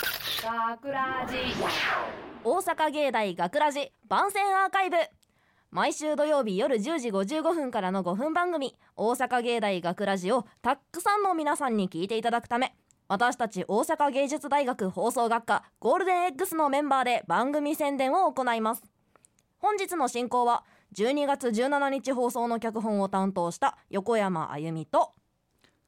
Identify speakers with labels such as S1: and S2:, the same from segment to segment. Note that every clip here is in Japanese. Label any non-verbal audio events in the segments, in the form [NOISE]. S1: 学ラジ
S2: 大阪芸大学ラジ番宣アーカイブ毎週土曜日夜10時55分からの5分番組「大阪芸大学ラジをたくさんの皆さんに聞いていただくため私たち大阪芸術大学放送学科ゴールデン X のメンバーで番組宣伝を行います本日の進行は12月17日放送の脚本を担当した横山あゆみと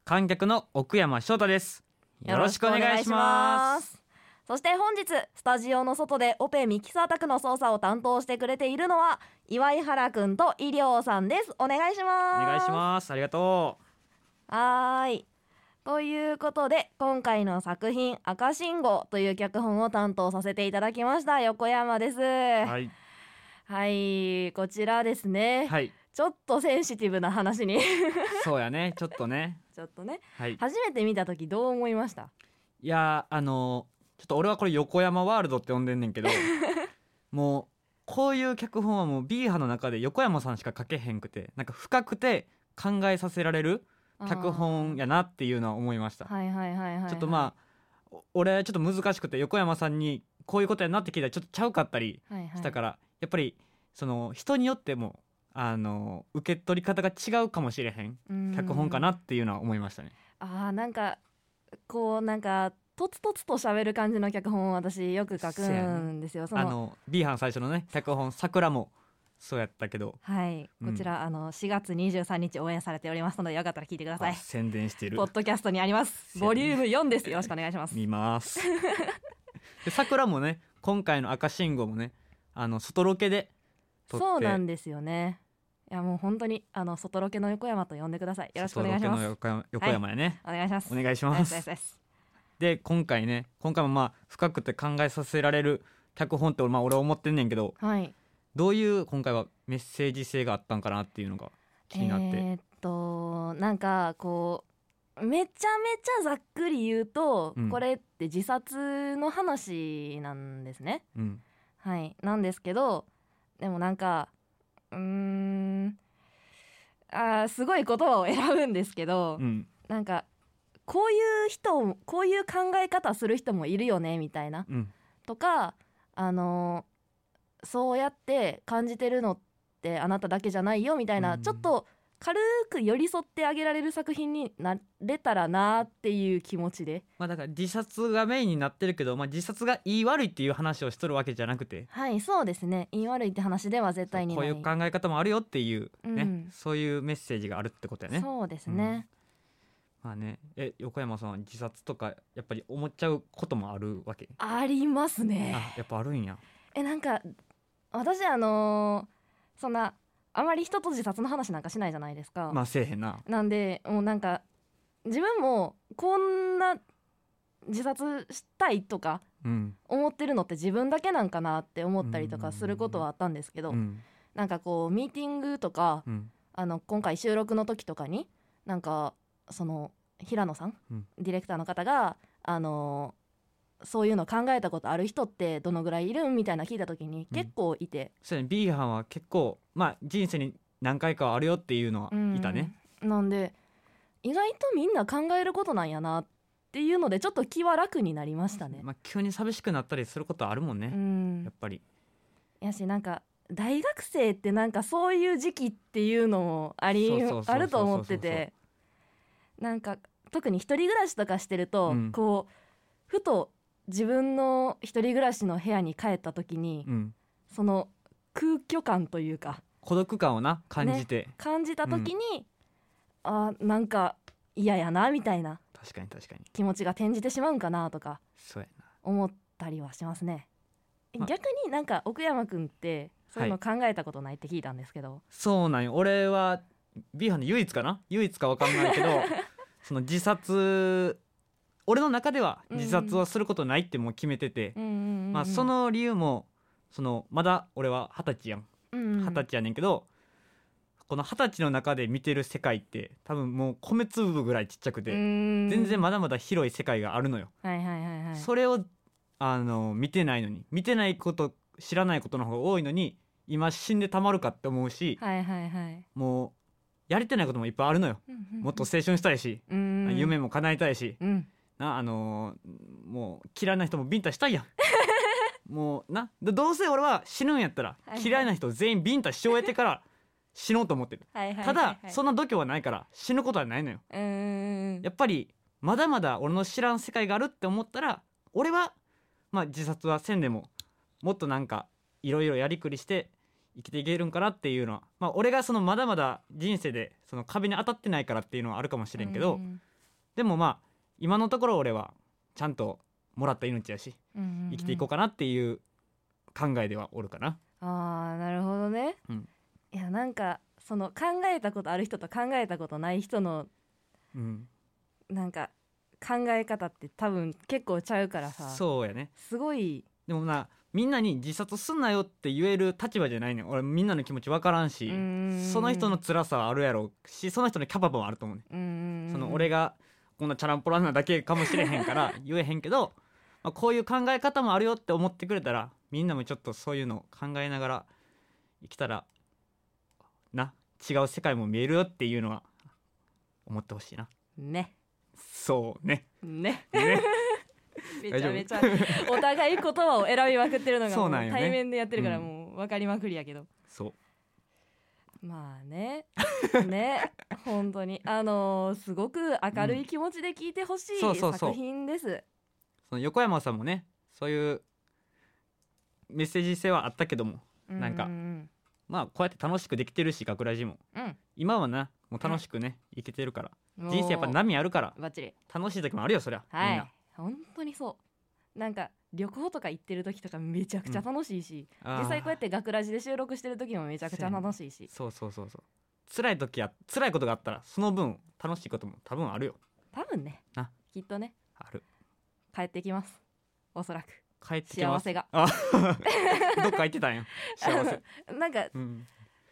S3: 観客の奥山翔太ですよろしくお願いします
S2: すそして本日スタジオの外でオペミキサー宅の操作を担当してくれているのは岩井原くんと医療さんですお願いし
S3: お
S2: ます
S3: 願いしますありがと
S2: はーいということで今回の作品「赤信号」という脚本を担当させていただきました横山です
S3: う
S2: は
S3: はい
S2: い、こちらですね、
S3: はい
S2: ちょっとセンシティブな話に
S3: そうや [LAUGHS] ねちょっとね
S2: ちょっとね
S3: はい
S2: 初めて見た時どう思いました
S3: いやーあのーちょっと俺はこれ横山ワールドって呼んでんねんけ [LAUGHS] どもうこういう脚本はもう B 派の中で横山さんしか書けへんくてなんか深くて考えさせられる脚本やなっていうのは思いました、
S2: はいはいはいはいはい
S3: ちょっとまあお俺ちょっと難しくて横山さんにこういうことやなって聞いたらちょっとちゃうかったり
S2: はいはい
S3: したから、やっぱりその人によってもあの受け取り方が違うかもしれへん
S2: うん
S3: 脚本かなっていうのは思いましたね。
S2: あーなんかこうなんかとつとつと喋る感じの脚本を私よく書く
S3: そうや
S2: ん
S3: ね
S2: ですよ。そ
S3: あ
S2: の
S3: の B 班最初のね脚本「桜」もそうやったけど
S2: はい、
S3: うん
S2: こちらあの4月23日応援されておりますのでよかったら聞いてください
S3: あ。宣伝してる
S2: ポッドキャストにあります。
S3: そうやね
S2: ボリューム4です。よろしくお願いします。
S3: 見ます
S2: [LAUGHS]
S3: で桜もね今回の「赤信号」もねあの外ロケで撮って
S2: そうなんですよね。いやもう本当にあの外ロケの横山と呼んでください。よろしくお願いします。
S3: 外
S2: お
S3: ロケの横山横山やね、
S2: 願いします。
S3: お願いし
S2: ナ
S3: ま
S2: イスナイ
S3: す
S2: スナイス
S3: で今回ね今回もまあ深くて考えさせられる脚本って、まあ、俺は思ってんねんけど
S2: はい。
S3: どういう今回はメッセージ性があったんかなっていうのが気になって、
S2: えーっとなんかこうめちゃめちゃざっくり言うと、
S3: うん
S2: これって自殺の話なんですね。
S3: うん、
S2: はいなんですけどでもなんかうーんあーすごい言葉を選ぶんですけど、
S3: うん、
S2: なんかこういう人もこういう考え方する人もいるよねみたいな
S3: うん、
S2: とかあのーそうやって感じてるのってあなただけじゃないよみたいな、
S3: うん
S2: ちょっと軽く寄り添ってあげられる作品になれたらなっていう気持ちで
S3: まあだから自殺がメインになってるけど、まあ、自殺がいい悪いっていう話をしとるわけじゃなくて
S2: はいそうですね言い悪いって話では絶対に
S3: こ
S2: な
S3: う
S2: い
S3: いう考え方もあるよっていうね、
S2: うん
S3: そういうメッセージがあるってことやね。
S2: そうですね、
S3: まあねえ横山さんは自殺とかやっぱり思っちゃうこともあるわけ
S2: ありますね
S3: あやっぱあるんや。
S2: えなんか私あのーそんなあまり人と自殺の話なんかしないじゃないですか、
S3: まあせえへんな。
S2: なんでもうなんか自分もこんな自殺したいとか
S3: うん
S2: 思ってるのって自分だけなんかなって思ったりとかすることはあったんですけど、
S3: うん
S2: なんかこうミーティングとか
S3: うん
S2: あの今回収録の時とかになんかその平野さん、
S3: うん
S2: ディレクターの方があのそういうの考えたことある人ってどのぐらいいるんみたいな聞いた時に
S3: うん
S2: 結構いて、
S3: そうやね B 班は結構まあ人生に何回かはあるよっていうのはいたね。
S2: うんなんで意外とみんな考えることなんやなっていうのでちょっと気は楽になりましたね。
S3: まあ急に寂しくなったりすることあるもん
S2: う
S3: ね、
S2: ん
S3: やっ、ぱり。
S2: やしなんか大学生ってなんかそういう時期っていうのもあり
S3: そうそうそうそう
S2: あると思っててなんか特に一人暮らしとかしてると、
S3: うん
S2: こうふと自分の一人暮らしの部屋に帰った時に、
S3: うん
S2: その空虚感というか
S3: 孤独感をな感じて、
S2: 感じた時に、あーなんか嫌やなみたいな
S3: 確かに確かに
S2: 気持ちが転じてしまうんかなとか
S3: そうやな
S2: 思ったりはしますね。
S3: ま
S2: 逆になんか奥山君ってそういうの考えたことないって聞いたんですけど、
S3: そうなんよ俺は B 班で唯一かな唯一かわかんない
S2: [LAUGHS]
S3: けどその自殺俺の中では自殺はすることないってもう決めてて、
S2: うんうんうんうん
S3: まあ、その理由もそのまだ俺は二十歳やん
S2: 二
S3: 二十歳やねんけど、この二十歳の中で見てる世界って多分もう米粒ぐらいちっちゃくて、全
S2: 全
S3: 然まだまだ広い世界があるのよ。
S2: はいはいはいはい
S3: それをあの見てないのに見てないこと知らないことの方が多いのに今死んでたまるかって思うし、
S2: はいはいはい
S3: もうやれてないこともいっぱいあるのよ。もっと青春したいし、
S2: うんうん
S3: 夢も叶えたいし、
S2: うん
S3: なあのーもう嫌いな人もビンタしたいやん
S2: [LAUGHS]
S3: もうなどどうせ俺は死ぬんやったら
S2: はいはい
S3: 嫌いな人全員ビンタし終えてから死のうと思ってる
S2: はいはいはい
S3: ただそ
S2: うん
S3: な度胸はないから死ぬことはないのよ
S2: ーん
S3: やっぱりまだまだ俺の知らん世界があるって思ったら俺は、まあ、自殺はせんでももっとなんかいろいろやりくりして生きていけるんかなっていうのは、まあ、俺がそのまだまだ人生でその壁に当たってないからっていうのはあるかもしれんけど、
S2: うん
S3: でもまあ今のところ俺はちゃんともらった命やし
S2: うんうんうん
S3: 生きていこうかなっていう考えではおるかな。
S2: あーなるほどね、
S3: うん
S2: いやなんかその考えたことある人と考えたことない人の
S3: うん、
S2: なんか考え方って多分結構ちゃうからさ
S3: そうやね
S2: すごい
S3: でもなみんなに自殺すんなよって言える立場じゃないねん俺みんなの気持ち分からんし
S2: うーん
S3: その人の辛さはあるやろうしその人のキャパもあると思うね
S2: うーん
S3: その俺がこんなチャランポランなだけかもしれへんから [LAUGHS] 言えへんけど、まあ、こういう考え方もあるよって思ってくれたらみんなもちょっとそういうのを考えながら生きたらな違う世界も見えるよっていうのは思ってほしいな
S2: ね
S3: そうね
S2: ね
S3: ね
S2: めちゃめちゃ
S3: 大丈
S2: お互い言葉を選びまくってるのが
S3: そ
S2: も
S3: う
S2: う
S3: なんよね
S2: 対面でやってるから
S3: うん
S2: もう分かりまくりやけど、
S3: そう
S2: まあね
S3: [LAUGHS]
S2: ね本当にあのーすごく明るい気持ちで聞いてほしい
S3: そうそうそう
S2: 作品です
S3: その横山さんもねそういうメッセージ性はあったけどもなんか
S2: ううん
S3: まあこうやって楽しくできてるし学ラジも
S2: うん
S3: 今はなもう楽しくねいけてるから
S2: うん
S3: 人生やっぱ波あるから
S2: バッチリ
S3: 楽しい時もあるよそりゃ、
S2: は
S3: みん
S2: い本当にそうなんか旅行とか行ってる時とかめちゃくちゃ楽しいし、
S3: なあー
S2: 実際こうやって学ラジで収録してる時もめちゃくちゃ楽しいし
S3: そうそうそうそう辛い時や辛いことがあったらその分楽しいことも多分あるよ
S2: 多分ね
S3: な
S2: きっとね
S3: ある
S2: 帰ってきますおそらく
S3: 帰ってきま
S2: 幸
S3: す
S2: せが
S3: あ [LAUGHS] どっか行ってたんや幸
S2: [LAUGHS]
S3: せ、
S2: なんか
S3: うん、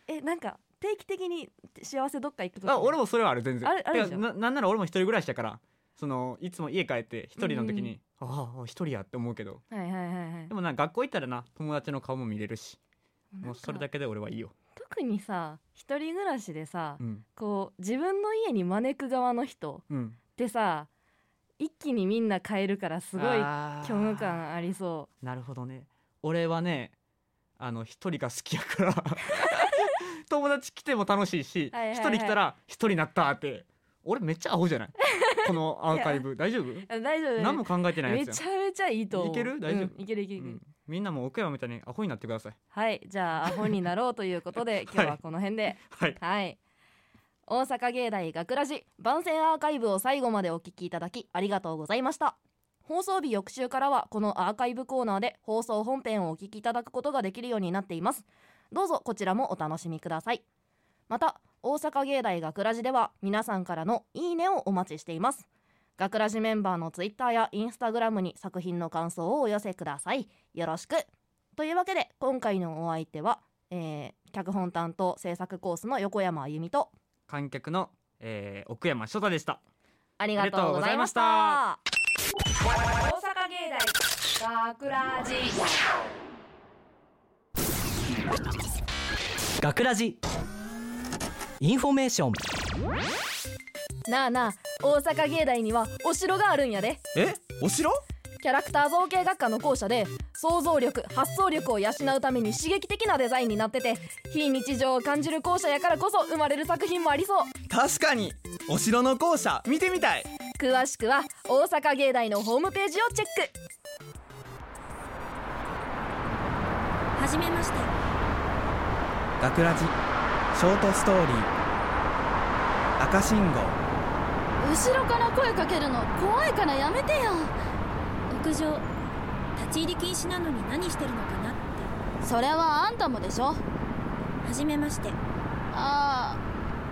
S2: えなんか定期的に幸せどっか行くと
S3: あ俺もそれはある全然
S2: あるあるでしょ
S3: てかななんなら俺も一人暮らしだからそのいつも家帰って一人の時に、ああ一人やって思うけど
S2: はいはいはいはい
S3: でもな学校行ったらな友達の顔も見れるしもうそれだ
S2: け
S3: けで俺はいいよ、
S2: 特にさ一人暮らしでさ、
S3: うん
S2: こう自分の家に招く側の人
S3: うん、
S2: ってさ一気にみんな変えるからすごい
S3: あー
S2: 虚無感ありそ
S3: なるほどね俺はねあの一人が好きやから [LAUGHS] 友達来ても楽しいし一、
S2: はいはいはい
S3: 人来たら一人になったって俺めっちゃアホじゃない
S2: [LAUGHS]
S3: このアーカイブ大丈夫
S2: うあ大丈夫
S3: 何も考えてない
S2: め
S3: や
S2: ち
S3: つ
S2: ゃ
S3: や
S2: めちゃいいと思う
S3: いける大丈夫
S2: うんいけるいける
S3: ん、
S2: いうける、
S3: ん、みんなも奥山みたいにアホになってください
S2: はいじゃあアホになろうということ
S3: [LAUGHS]
S2: で今日はこの辺で
S3: はい
S2: はい大阪芸大学ラジ番宣アーカイブを最後までお聞きいただきありがとうございました放送日翌週からはこのアーカイブコーナーで放送本編をお聞きいただくことができるようになっていますどうぞこちらもお楽しみくださいまた大阪芸大学ラジでは皆さんからのいいねをお待ちしています学ラジメンバーのツイッターやインスタグラムに作品の感想をお寄せくださいよろしくというわけで今回のお相手はえー脚本担当制作コースの横山あゆみと
S3: 観客の、えー奥山翔太でした
S2: ありがとうございました
S3: あ
S2: 大阪芸大学ラジ
S1: 学ラジインフォメーション
S2: なあなあ大阪芸大にはお城があるんやで
S1: えお城
S2: キャラクター造形学科の校舎で想像力発想力を養うために刺激的なデザインになってて非日常を感じる校舎やからこそ生まれる作品もありそう
S1: 確かにお城の校舎見てみたい
S2: 詳しくは大阪芸大のホームページをチェック
S4: はじめまして
S1: 学ラジショートストーリー赤信号
S4: 後ろから声かけるの怖いからやめてよ屋上立ち入り禁止なのに何してるのかなってそれはあんたもでしょはじめましてあ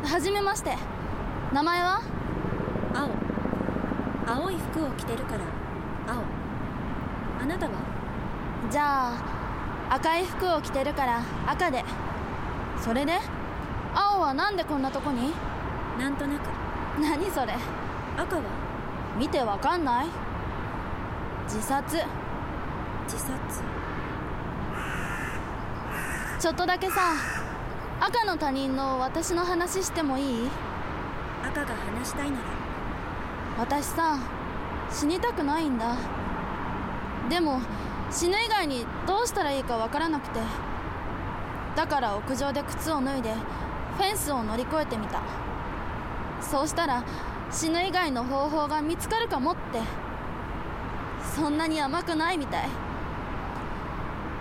S4: あはじめまして名前は青青い服を着てるから青あなたはじゃあ赤い服を着てるから赤でそれで青はなんでこんなとこになんとなく何それ赤は見てわかんない自殺自殺ちょっとだけさ赤の他人の私の話してもいい
S5: 赤が話したいなら
S4: 私さ死にたくないんだでも死ぬ以外にどうしたらいいかわからなくてだから屋上で靴を脱いでフェンスを乗り越えてみたそうしたら死ぬ以外の方法が見つかるかもってそんなに甘くないみたい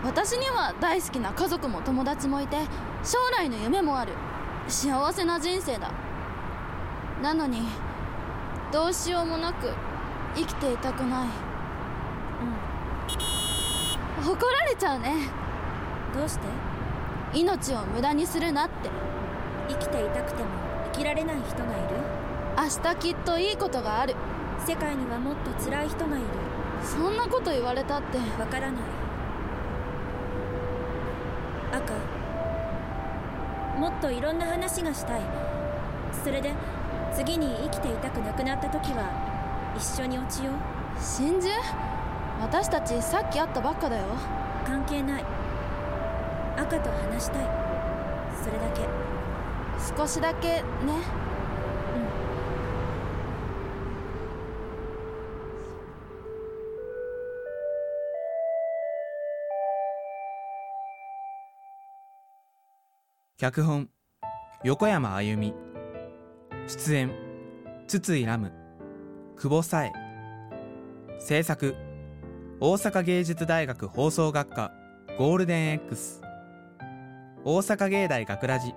S4: 私には大好きな家族も友達もいて将来の夢もある幸せな人生だなのにどうしようもなく生きていたくないうん怒られちゃうね
S5: どうして
S4: 命を無駄にするなって
S5: 生きていたくても生きられない人がいる
S4: 明日きっといいことがある
S5: 世界にはもっと辛い人がいる
S4: そんなこと言われたって
S5: わからない赤もっといろんな話がしたいそれで次に生きていたくなくなった時は一緒に落ちよう
S4: 真珠私たちさっき会ったばっかだよ
S5: 関係ない赤と話したいそれだけ
S4: 少しだけね
S1: 脚本横山あゆみ出演筒井ラム久保紗恵制作大阪芸術大学放送学科ゴールデン X 大阪芸大学ラジ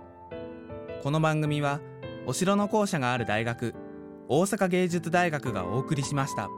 S1: この番組はお城の校舎がある大学大阪芸術大学がお送りしました。